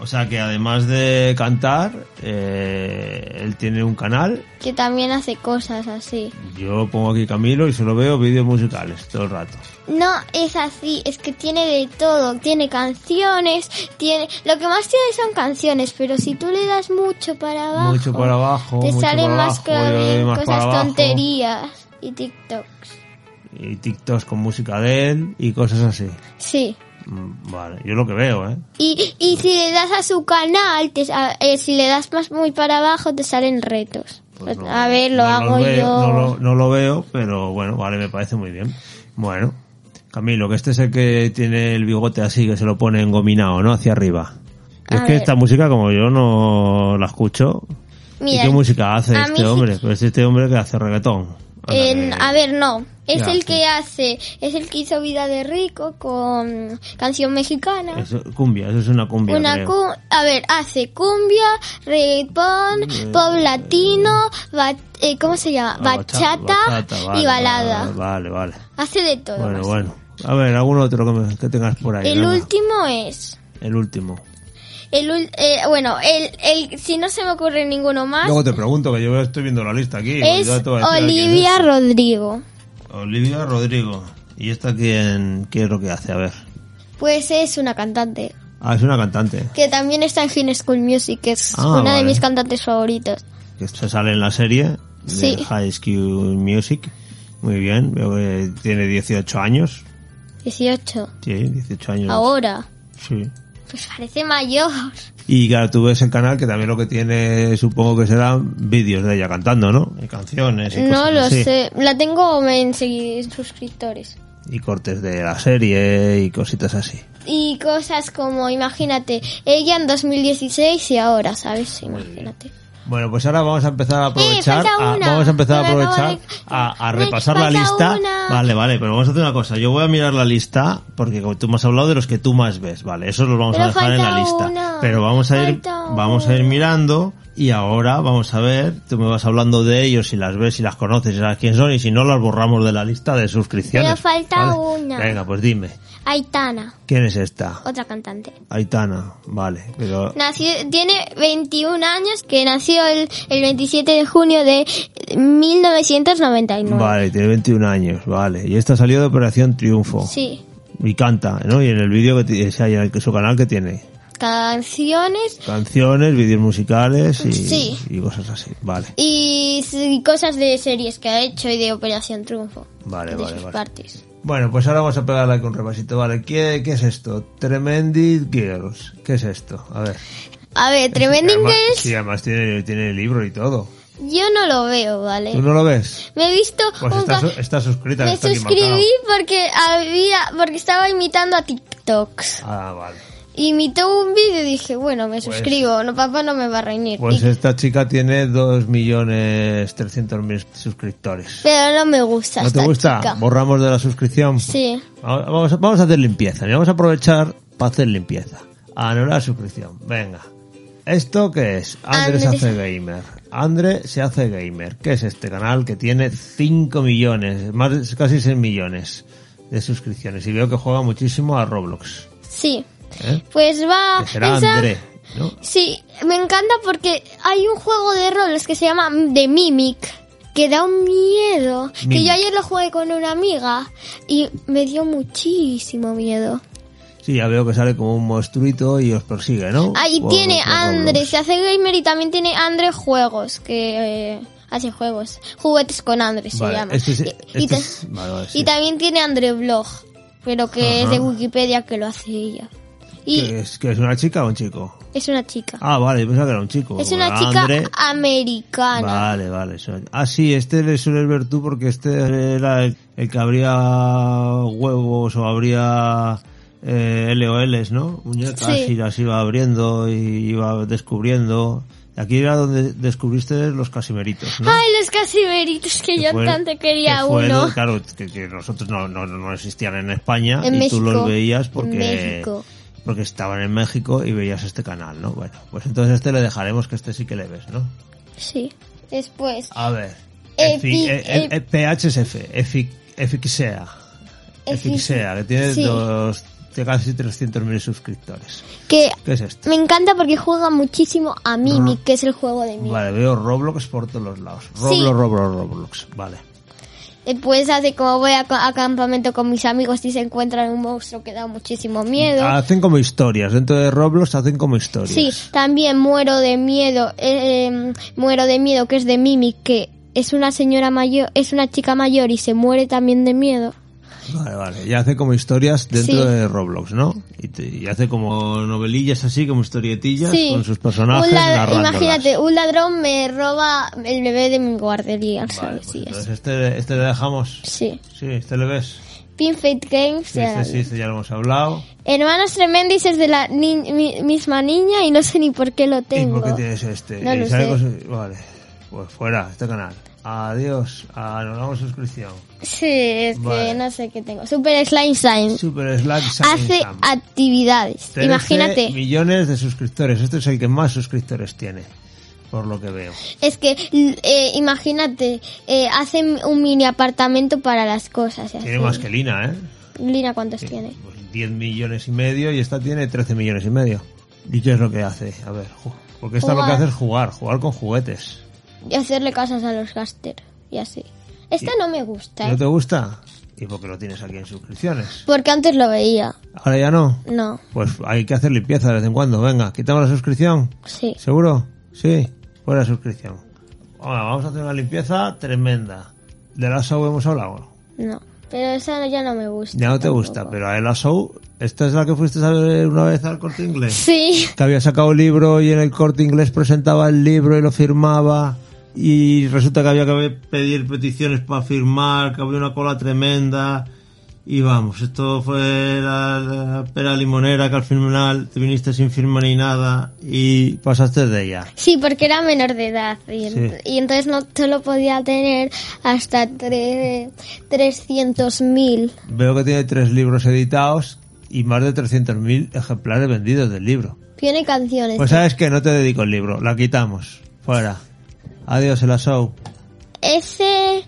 S1: O sea que además de cantar, eh, él tiene un canal.
S2: que también hace cosas así.
S1: Yo pongo aquí Camilo y solo veo vídeos musicales todo el rato.
S2: No es así, es que tiene de todo, tiene canciones, tiene lo que más tiene son canciones, pero si tú le das mucho para abajo,
S1: Mucho para abajo,
S2: te
S1: mucho
S2: salen
S1: para
S2: más
S1: abajo, yo le doy
S2: clave,
S1: más para
S2: cosas
S1: abajo.
S2: tonterías y TikToks.
S1: Y TikToks con música de él y cosas así.
S2: Sí.
S1: Mm, Vale, yo lo que veo, ¿eh?
S2: Y, y si le das a su canal, te, sa- eh, si le das más muy para abajo, te salen retos.
S1: Pues no-
S2: a ver, lo
S1: no
S2: hago
S1: los veo-
S2: yo.
S1: No lo, no lo veo, pero bueno, vale, me parece muy bien. Bueno, Camilo, que este es el que tiene el bigote así, que se lo pone engominado, ¿no? Hacia arriba.
S2: A
S1: es que
S2: ver.
S1: esta música, como yo no la escucho,
S2: Mira,
S1: ¿y qué música hace
S2: a mí
S1: este
S2: sí-
S1: hombre? Pues este hombre que hace reggaetón. Anda,
S2: En-
S1: que-
S2: a ver, no. Es
S1: Ya,
S2: el
S1: sí.
S2: que hace, es el que hizo Vida de Rico con canción mexicana.
S1: eso- cumbia, eso es una cumbia.
S2: una
S1: creo.
S2: cu a ver, hace cumbia, reggaetón, pop latino, ba- eh, ¿cómo se llama?
S1: Eh, Ah,
S2: bachata,
S1: bachata,
S2: y
S1: vale,
S2: balada.
S1: Vale, vale.
S2: Hace de todo.
S1: Bueno,
S2: más.
S1: bueno. A ver, algún otro que, me- que tengas por ahí.
S2: El
S1: venga.
S2: último es
S1: El último.
S2: El, ul- eh, bueno, el, el, si no se me ocurre ninguno más,
S1: Luego te pregunto, que yo estoy viendo la lista aquí.
S2: ¿Ah? es
S1: ya te voy a decir
S2: Olivia Rodrigo.
S1: quién es. Olivia Rodrigo. ¿Y esta quién, qué es lo que hace? A ver.
S2: Pues es una cantante.
S1: Ah, es una cantante.
S2: Que también está en High School Music, que es
S1: Ah,
S2: una
S1: vale.
S2: de mis cantantes favoritos.
S1: que se sale en la serie de
S2: Sí.
S1: High School Music. Muy bien, veo que tiene 18 años.
S2: 18.
S1: Sí, 18 años.
S2: Ahora.
S1: Sí.
S2: Pues parece mayor.
S1: Y claro, tú ves el canal que también lo que tiene, supongo que serán vídeos de ella cantando, ¿no? Y canciones y
S2: No
S1: cosas
S2: lo
S1: así.
S2: sé. La tengo en segui- suscriptores.
S1: Y cortes de la serie y cositas así.
S2: Y cosas como, imagínate, ella en 2016 y ahora, ¿sabes? Imagínate.
S1: Bueno, pues ahora vamos a empezar a aprovechar,
S2: Eh, falta
S1: a-
S2: una.
S1: vamos a empezar a
S2: Me acabo
S1: aprovechar
S2: de-
S1: a, a
S2: Me
S1: repasar la
S2: falta
S1: lista.
S2: una.
S1: Vale, vale, pero vamos a hacer una cosa. Yo voy a mirar la lista porque como tú me has hablado de los que tú más ves, vale, esos los vamos a
S2: Pero
S1: dejar en la
S2: falta
S1: lista.
S2: una.
S1: Pero vamos a ir,
S2: Falta
S1: vamos a ir
S2: una.
S1: mirando y ahora vamos a ver. Tú me vas hablando de ellos, si las ves, si las conoces, si sabes quién son y si no las borramos de la lista de suscripciones.
S2: Pero falta una.
S1: Venga, pues dime,
S2: Aitana,
S1: ¿quién es esta?
S2: otra cantante.
S1: Aitana, vale, pero
S2: Nació, tiene 21 años, que nació el, el 27 de junio de 1999.
S1: Vale, tiene 21 años, vale. Y esta salió de Operación Triunfo.
S2: Sí.
S1: Y canta, ¿no? Y en el vídeo que ti- ese hay en el- su canal que tiene
S2: Canciones
S1: canciones, vídeos musicales y,
S2: Sí.
S1: y cosas así. Vale,
S2: y s- cosas de series que ha hecho y de Operación Triunfo.
S1: vale,
S2: De
S1: vale,
S2: sus
S1: vale.
S2: partes.
S1: Bueno, pues ahora vamos a pegarle con un repasito. Vale, ¿qué, qué es esto? Tremendid Girls. ¿Qué es esto? A ver.
S2: A ver, Tremending
S1: Además-
S2: Girls,
S1: Sí, además tiene, tiene el libro y todo.
S2: yo no lo veo, ¿vale?
S1: ¿Tú no lo ves?
S2: Me he visto
S1: Pues
S2: un
S1: está,
S2: ca-
S1: su- está suscrita.
S2: Me
S1: está aquí
S2: suscribí porque había porque estaba imitando a TikToks.
S1: marcado. Ah, vale.
S2: Imitó un vídeo y dije, bueno, me
S1: Pues-
S2: suscribo, no papá no me va a reñir.
S1: Pues
S2: Y-
S1: esta chica tiene 2.300.000 suscriptores.
S2: pero no me gusta
S1: ¿No
S2: esta
S1: te gusta?
S2: chica.
S1: Borramos de la suscripción.
S2: Sí.
S1: Ahora Vamos a, vamos a hacer limpieza. Mira, Vamos a aprovechar para hacer limpieza. Anular suscripción. Venga. ¿Esto qué es? Andrés se
S2: Andrés.
S1: hace gamer. André se hace gamer. ¿Qué es este canal que tiene 5 millones, más de- casi 6 millones de suscripciones? Y veo que juega muchísimo a Roblox.
S2: Sí.
S1: ¿eh?
S2: Pues va
S1: Que será
S2: esa-
S1: André, ¿no?
S2: Sí, me encanta porque hay un juego de roles que se llama The Mimic que da un miedo, que
S1: Mimic.
S2: yo ayer lo jugué con una amiga y me dio muchísimo miedo.
S1: Sí, ya veo que sale como un monstruito y os persigue, Oh, ¿no?
S2: Ahí
S1: Por-
S2: tiene
S1: por
S2: Andre,
S1: Roblox.
S2: se hace gamer y también tiene Andre Juegos, que eh, hace juegos. Juguetes con Andre se
S1: Vale,
S2: llama.
S1: este es-
S2: Y- y,
S1: este
S2: ta-
S1: es- vale, vale,
S2: y
S1: sí.
S2: también tiene Andre Blog, pero que es de
S1: Ajá.
S2: Wikipedia que lo hace ella. Y
S1: ¿Qué es, ¿Que es una chica o un chico?
S2: es una chica.
S1: Ah, vale, yo pensaba que era un chico.
S2: es
S1: Bueno,
S2: una chica
S1: Andre-
S2: americana.
S1: Vale, vale. eso- Ah, sí, este le sueles ver tú porque este era el, el que habría huevos o habría eh, LOLs, ¿no? Muñecas
S2: Sí.
S1: y las iba abriendo y iba descubriendo. Aquí era donde descubriste los casimeritos, ¿no?
S2: Ay, los casimeritos que,
S1: Que
S2: yo
S1: fue-
S2: tanto quería
S1: que fue
S2: uno.
S1: lo- claro, que, que nosotros no, no, no existían en España
S2: En
S1: y
S2: México.
S1: tú los veías
S2: En
S1: porque
S2: México.
S1: porque estaban en México y veías este canal, ¿no? Bueno, pues entonces este le dejaremos que este sí que le ves, ¿no?
S2: Sí. Después,
S1: A ver. Efi-
S2: Efi-
S1: eh, eh, PHSF, Efi- Efixea.
S2: Efi-
S1: Efixea, que tiene
S2: sí.
S1: dos, tiene casi 300.000 suscriptores.
S2: que
S1: ¿Qué es esto?
S2: me encanta porque juega muchísimo a Mimic, que es el juego de Mimic.
S1: Ah. Vale, veo Roblox por todos los lados. Roblox,
S2: Sí.
S1: Roblox, Roblox. Vale.
S2: Eh, Pues hace como voy a, ca- a campamento con mis amigos y se encuentran un monstruo que da muchísimo miedo.
S1: Hacen como historias. Dentro de Roblox hacen como historias.
S2: sí, también muero de miedo, eh, em, muero de miedo que es de Mimi, que es una señora mayor, es una chica mayor y se muere también de miedo.
S1: Vale, vale. Y hace como historias dentro
S2: Sí.
S1: de Roblox, ¿no? Y, te- y hace como novelillas así, como historietillas
S2: Sí.
S1: con sus personajes.
S2: Un lad-
S1: narrándolas.
S2: imagínate, un ladrón me roba el bebé de mi guardería,
S1: Vale,
S2: ¿sabes?
S1: pues
S2: Sí,
S1: entonces este, este le dejamos.
S2: sí.
S1: Sí, este le ves.
S2: Pinfate Games.
S1: Sí,
S2: eh,
S1: este sí, este ya lo hemos hablado.
S2: Hermanos Tremendis es de la ni- mi- misma niña y no sé ni por qué lo tengo.
S1: ¿Y por qué tienes este?
S2: No
S1: Y
S2: lo
S1: sale
S2: sé.
S1: con su- Vale, pues fuera, este canal. Adiós, anulamos suscripción.
S2: Sí, es
S1: Vale.
S2: que no sé qué tengo. Super Slime Slime
S1: Super Slack
S2: hace actividades. Imagínate,
S1: millones de suscriptores. Este es el que más suscriptores tiene, por lo que veo.
S2: es que l- eh, imagínate, eh, hace un mini apartamento para las cosas. y
S1: Tiene
S2: así.
S1: más que Lina, ¿eh?
S2: Lina, ¿cuántos tiene?
S1: Pues 10 millones y medio y esta tiene 13 millones y medio. ¿Y qué es lo que hace? A ver, ju- porque esta lo que
S2: Jugar.
S1: hace es jugar, jugar con juguetes.
S2: Y hacerle casas a los gaster. Y así. Esta no me gusta.
S1: ¿No
S2: ¿eh?
S1: te gusta? ¿Y porque lo tienes aquí en suscripciones?
S2: Porque antes lo veía.
S1: Ahora ya no.
S2: No,
S1: Pues hay que hacer limpieza de vez en cuando. Venga, quitamos la suscripción.
S2: sí.
S1: ¿Seguro? Sí. Fuera suscripción. Ahora vamos a hacer una limpieza tremenda. De la show hemos hablado.
S2: No. Pero esa ya no me gusta.
S1: Ya no te
S2: tampoco.
S1: gusta, pero a la show, esta es la que fuiste a ver una vez al corte inglés.
S2: Sí.
S1: Que había sacado el libro y en el corte inglés presentaba el libro y lo firmaba. Y resulta que había que pedir peticiones para firmar, que había una cola tremenda. Y vamos, esto fue la, la pera limonera que al final te viniste sin firma ni nada y pasaste de ella.
S2: Sí, porque era menor de edad y, en-
S1: Sí.
S2: y entonces no solo podía tener hasta tre- 300.000.
S1: Veo que tiene tres libros editados y más de 300.000 ejemplares vendidos del libro.
S2: Tiene canciones.
S1: Pues sabes que no te dedico el libro, la quitamos. Fuera. Adiós, el show.
S2: Ese es,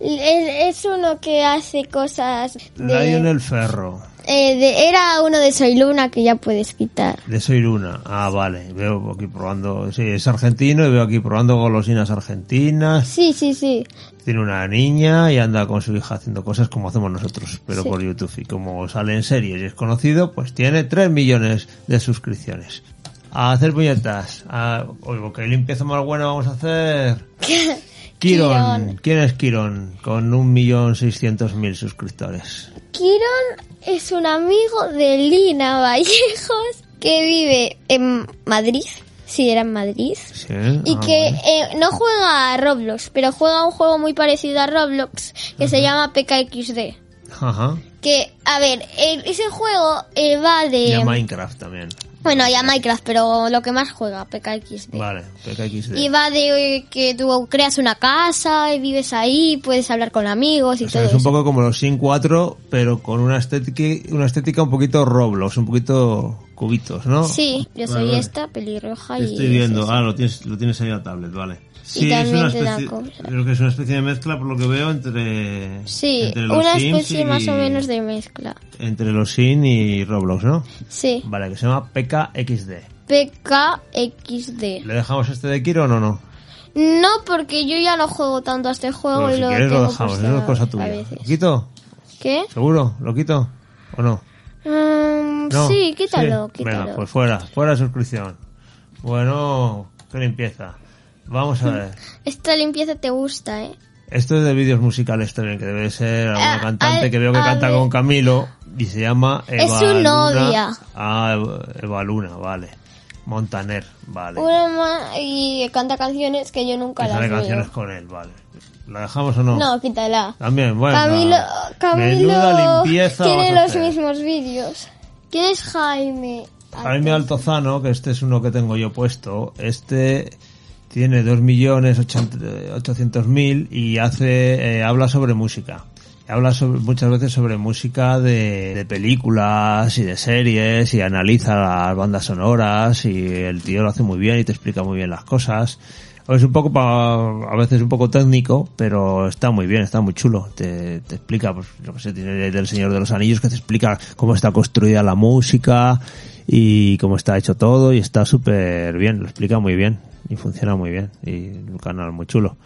S2: es uno que hace cosas de,
S1: Lionel Ferro,
S2: eh, de- Era uno de Soy Luna que ya puedes quitar.
S1: de Soy Luna. Ah, vale. Veo aquí probando. Sí, es argentino y veo aquí probando golosinas argentinas.
S2: Sí, sí, sí.
S1: Tiene una niña y anda con su hija haciendo cosas como hacemos nosotros, pero
S2: Sí.
S1: por YouTube. Y como sale en series y es conocido, pues tiene 3 millones de suscripciones. A hacer puñetas. A... Oigo, que limpieza más buena vamos a hacer. Quirón.
S2: Quirón.
S1: ¿Quién es Quirón? Con un millón seiscientos mil suscriptores.
S2: Kiron es un amigo de Lina Vallejos que vive en Madrid. Sí, era en Madrid.
S1: Sí,
S2: Y
S1: ah,
S2: que
S1: vale.
S2: eh, no juega a Roblox, pero juega a un juego muy parecido a Roblox que se llama PKXD.
S1: Ajá.
S2: Que, a ver, eh, ese juego eh, va
S1: Y a
S2: de...
S1: Minecraft también.
S2: bueno, ya Minecraft, pero lo que más juega, PKXD.
S1: Vale, PKXD.
S2: Y va de eh, que tú creas una casa y vives ahí, puedes hablar con amigos y
S1: O sea,
S2: todo
S1: es un
S2: eso.
S1: poco como los Sin 4, pero con una estética, una estética un poquito Roblox, un poquito cubitos, ¿no?
S2: Sí, yo soy
S1: Vale, vale.
S2: esta, pelirroja
S1: Te
S2: y...
S1: Estoy viendo, ah, lo tienes, lo tienes ahí en la tablet, vale. Sí, es
S2: también
S1: una
S2: te da
S1: especie,
S2: cosa.
S1: creo que es una especie de mezcla por lo que veo entre,
S2: Sí,
S1: entre los
S2: una
S1: Sims
S2: especie
S1: y-
S2: más o menos de mezcla.
S1: entre los Sin y Roblox, ¿no?
S2: Sí,
S1: Vale, que se llama PKXD.
S2: PKXD.
S1: ¿Le dejamos este de Kiron o no?
S2: No, porque yo ya no juego tanto a este juego
S1: Pero
S2: y
S1: si
S2: lo
S1: quieres
S2: tengo
S1: lo dejamos,
S2: puesto
S1: eso es cosa
S2: a
S1: tuya.
S2: veces.
S1: ¿Lo quito?
S2: ¿Qué?
S1: ¿Seguro? ¿Lo quito? ¿O no?
S2: Mm,
S1: No.
S2: sí, quítalo,
S1: Sí.
S2: quítalo.
S1: Venga, pues fuera, fuera suscripción. Bueno, qué limpieza. Vamos a ver.
S2: Esta limpieza te gusta, ¿eh?
S1: Esto es de vídeos musicales también, que debe ser alguna
S2: Ah,
S1: cantante
S2: a-
S1: que veo que
S2: a
S1: canta
S2: ver.
S1: con Camilo y se llama Eva
S2: Es su
S1: Luna.
S2: novia.
S1: Ah, Eva Luna, vale. Montaner, vale.
S2: Una ma- y canta canciones que yo nunca
S1: Que
S2: las
S1: sale
S2: veo.
S1: canciones con él, vale. ¿La dejamos o no?
S2: No, quítala.
S1: También, bueno.
S2: Camilo,
S1: Menuda
S2: Camilo
S1: limpieza
S2: tiene
S1: vamos a
S2: los
S1: hacer.
S2: mismos vídeos. ¿Quién es Jaime?
S1: Jaime Altozano, que este es uno que tengo yo puesto, este tiene 2.800.000 y hace eh, habla sobre música. Habla sobre, muchas veces sobre música de, de películas y de series y analiza las bandas sonoras y el tío lo hace muy bien y te explica muy bien las cosas. Es un poco, pa- a veces un poco técnico, pero está muy bien, está muy chulo. Te, te explica, pues, yo qué sé, tiene del Señor de los Anillos que te explica cómo está construida la música y cómo está hecho todo y está súper bien, lo explica muy bien y funciona muy bien y un canal muy chulo.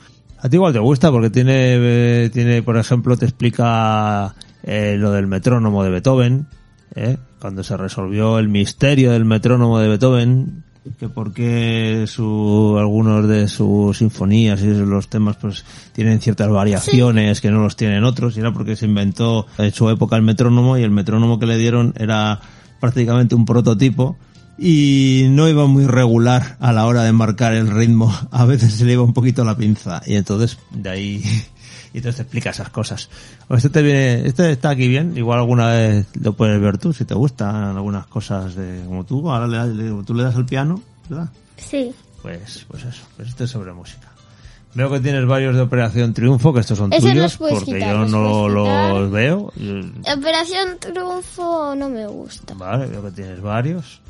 S1: A ti igual te gusta porque tiene, eh, tiene por ejemplo, te explica eh, lo del metrónomo de Beethoven, ¿eh? cuando se resolvió el misterio del metrónomo de Beethoven, que por qué su, algunos de sus sinfonías y los temas pues tienen ciertas variaciones que no los tienen otros, y era porque se inventó en su época el metrónomo y el metrónomo que le dieron era prácticamente un prototipo y no iba muy regular a la hora de marcar el ritmo. A veces se le iba un poquito la pinza y entonces de ahí y entonces te explica esas cosas. O Este te viene, este está aquí bien. Igual alguna vez lo puedes ver tú si te gustan algunas cosas de como tú. Ahora le, das- le- tú le das al piano, ¿verdad?
S2: Sí.
S1: Pues, pues eso. Pues este es sobre música. Veo que tienes varios de Operación Triunfo, que estos son
S2: Ese
S1: tuyos,
S2: los puedes
S1: porque
S2: quitar,
S1: yo
S2: los
S1: no
S2: puedes quitar.
S1: los veo. Yo-
S2: Operación Triunfo no me gusta.
S1: Vale, veo que tienes varios.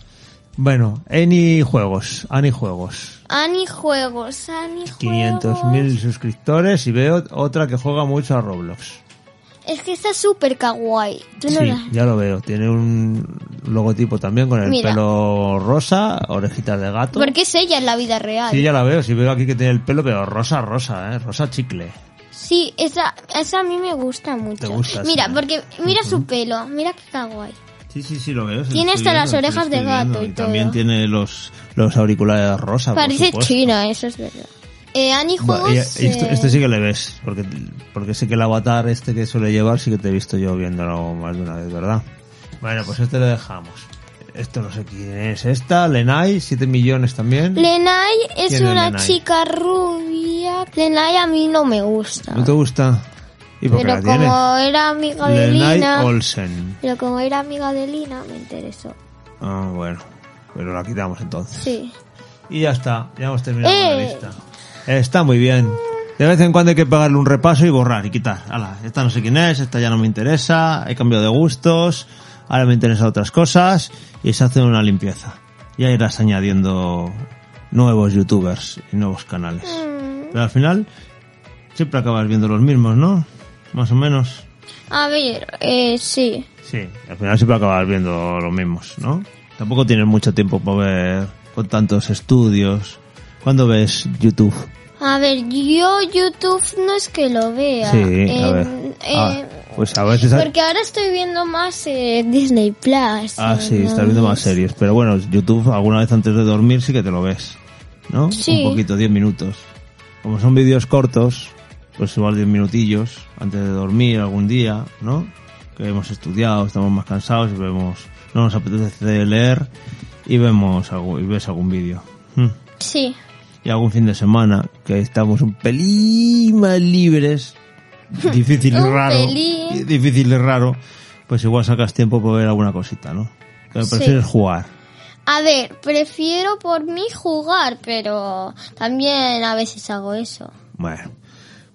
S1: Bueno, Any Juegos, Any Juegos.
S2: Ani Juegos, Ani Juegos.
S1: 500.000 suscriptores y veo otra que juega mucho a Roblox.
S2: Es que está súper kawaii. Tú no
S1: sí,
S2: la-
S1: ya lo veo. Tiene un logotipo también con el
S2: Mira.
S1: pelo rosa, orejitas de gato.
S2: Porque es ella en la vida real.
S1: Sí, ya la veo. Sí, veo aquí que tiene el pelo, pero rosa, rosa, ¿eh? Rosa chicle.
S2: Sí, esa, esa a mí me gusta mucho.
S1: gusta,
S2: mira,
S1: sí. Ah,
S2: porque mira su pelo, mira qué kawaii.
S1: Sí, sí, sí, lo veo. sí,
S2: Tiene
S1: lo estoy
S2: hasta las
S1: viendo, sí, lo
S2: orejas de
S1: estoy viendo.
S2: gato y
S1: También
S2: todo.
S1: tiene los, los auriculares rosa. por
S2: Parece
S1: supuesto.
S2: china, eso es verdad. Eh, Annie
S1: Bueno,
S2: Juegos...
S1: y- y esto-
S2: eh,
S1: Este sí que le ves, porque, porque sé que el avatar este que suele llevar sí que te he visto yo viéndolo más de una vez, ¿verdad? Bueno, pues este lo dejamos. Esto no sé quién es. Esta, Lenai, 7 millones también.
S2: Lenai es
S1: ¿Quién es
S2: una
S1: Lenai?
S2: chica rubia. Lenai a mí no me gusta.
S1: ¿No te gusta? ¿Y por qué
S2: Pero
S1: la tiene?
S2: como era amiga de
S1: Lenai
S2: Lina...
S1: Olsen.
S2: Pero como era amiga de Lina, me interesó.
S1: Ah, bueno. Pero la quitamos entonces.
S2: Sí.
S1: Y ya está, ya hemos terminado con
S2: Eh.
S1: la lista. Está muy bien. De vez en cuando hay que pegarle un repaso y borrar y quitar. Ala, esta no sé quién es, esta ya no me interesa, he cambiado de gustos, ahora me interesan otras cosas y se hace una limpieza. Ya irás añadiendo nuevos youtubers y nuevos canales.
S2: Mm,
S1: Pero al final siempre acabas viendo los mismos, ¿no? Más o menos.
S2: A ver, eh, sí.
S1: Sí, al final siempre acabas viendo los mismos, ¿no? Tampoco tienes mucho tiempo para ver con tantos estudios. ¿Cuándo ves YouTube?
S2: A ver, yo YouTube no es que lo vea.
S1: Sí, a
S2: En-
S1: ver. Ah,
S2: en-
S1: pues a veces...
S2: Porque ahora estoy viendo más eh, Disney Plus.
S1: Ah,
S2: eh,
S1: sí,
S2: ¿no?
S1: estás viendo más series. Pero bueno, YouTube alguna vez antes de dormir sí que te lo ves, ¿no?
S2: Sí.
S1: Un poquito, 10 minutos. Como son vídeos cortos, pues igual 10 minutillos antes de dormir algún día, ¿no? Que hemos estudiado, estamos más cansados y vemos... No nos apetece leer y vemos algo, y ves algún vídeo. Mm.
S2: Sí.
S1: y algún fin de semana que estamos un pelín más libres, difícil y
S2: Un
S1: raro,
S2: pelín.
S1: difícil y raro, pues igual sacas tiempo para ver alguna cosita, ¿no? Pero
S2: Sí.
S1: prefieres jugar.
S2: A ver, prefiero por mí jugar, pero también a veces hago eso.
S1: Bueno.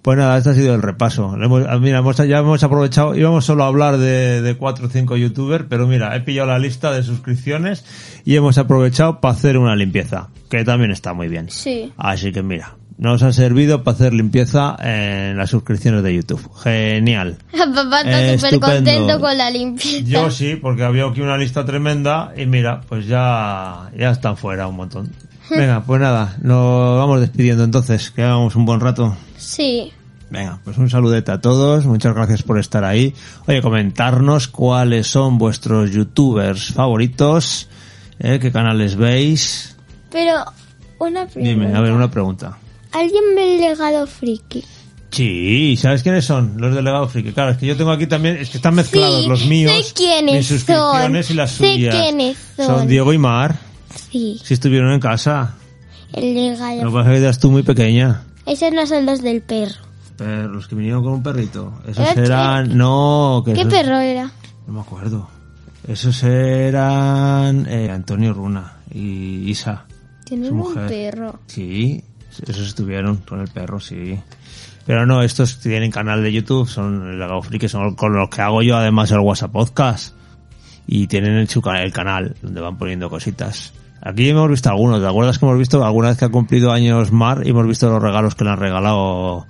S1: Pues nada, este ha sido el repaso. Le hemos- ah, mira, hemos- ya hemos aprovechado, íbamos solo a hablar de, de 4 o 5 youtubers, pero mira, he pillado la lista de suscripciones y hemos aprovechado para hacer una limpieza, que también está muy bien.
S2: Sí.
S1: Así que mira, nos ha servido para hacer limpieza en las suscripciones de YouTube. Genial.
S2: Papá está
S1: Eh,
S2: súper contento
S1: estupendo.
S2: con la limpieza.
S1: Yo sí, porque había aquí una lista tremenda y mira, pues ya, ya están fuera un montón.
S2: Hmm.
S1: Venga, pues nada, nos vamos despidiendo entonces, que hagamos un buen rato.
S2: Sí.
S1: Venga, pues un saludete a todos, muchas gracias por estar ahí. Oye, comentarnos cuáles son vuestros youtubers favoritos, eh, qué canales veis.
S2: Pero una pregunta.
S1: Dime, a ver, una pregunta.
S2: ¿Alguien ve el legado friki?
S1: Sí, ¿sabes quiénes son? Los delegados friki. Claro, es que yo tengo aquí también, es que están mezclados
S2: Sí,
S1: los míos,
S2: sé quiénes
S1: mis suscripciones
S2: son,
S1: y las
S2: sé
S1: suyas.
S2: quiénes son.
S1: son Diego y Mar.
S2: Sí,
S1: Si estuvieron en casa.
S2: el legado.
S1: Lo que pasa es que eras tú muy pequeña.
S2: Esos no son los del perro.
S1: Pero los que vinieron con un perrito. Esos
S2: Era
S1: eran... No, que
S2: ¿Qué
S1: esos-
S2: perro era?
S1: No me acuerdo. Esos eran eh, Antonio Runa y Isa.
S2: Tienen
S1: su
S2: un
S1: mujer.
S2: perro.
S1: Sí, esos estuvieron con el perro, sí. Pero no, estos tienen canal de YouTube, son el Legado Friki, son con los que hago yo además el WhatsApp Podcast. Y tienen el, su canal- el canal donde van poniendo cositas. Aquí hemos visto algunos, ¿te acuerdas que hemos visto alguna vez que ha cumplido años Mar y hemos visto los regalos que le han regalado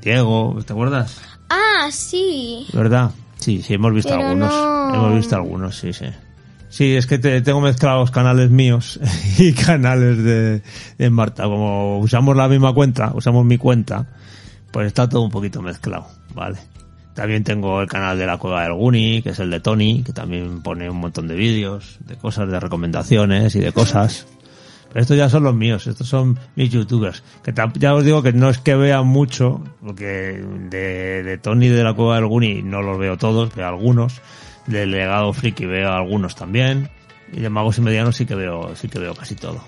S1: Diego? ¿Te acuerdas?
S2: Ah, sí.
S1: ¿Verdad? Sí, sí, hemos visto
S2: Pero
S1: algunos.
S2: no.
S1: Hemos visto algunos, sí, sí. Sí, es que te- tengo mezclados canales míos y canales de, de Marta. Como usamos la misma cuenta, usamos mi cuenta, pues está todo un poquito mezclado, ¿vale? También tengo el canal de la Cueva del Guni, que es el de Tony, que también pone un montón de vídeos, de cosas, de recomendaciones y de cosas. Pero estos ya son los míos, estos son mis youtubers. Que tam- ya os digo que no es que vea mucho, porque de, de Tony de la Cueva del Guni no los veo todos, veo algunos. Del Legado Friki veo algunos también. Y de Magos y Medianos sí que veo, sí que veo casi todo.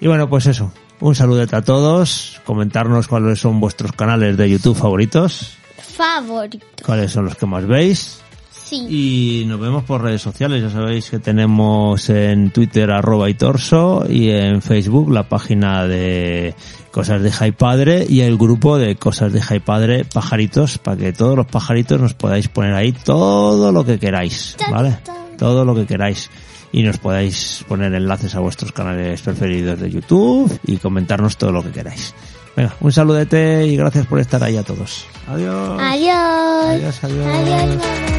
S1: Y bueno, pues eso. Un saludete a todos. Comentarnos cuáles son vuestros canales de YouTube favoritos.
S2: Favorito.
S1: Cuáles son los que más veis.
S2: Sí.
S1: Y nos vemos por redes sociales, ya sabéis que tenemos en Twitter arroba y torso y en Facebook la página de Cosas de Jai Padre y el grupo de Cosas de Jai Padre Pajaritos, para que todos los pajaritos nos podáis poner ahí todo lo que queráis,
S2: Cha,
S1: ¿vale?
S2: cha.
S1: Todo lo que queráis. Y nos podáis poner enlaces a vuestros canales preferidos de YouTube y comentarnos todo lo que queráis. Venga, un saludete y gracias por estar ahí a todos. Adiós.
S2: Adiós.
S1: Adiós, adiós.
S2: Adiós, mamá.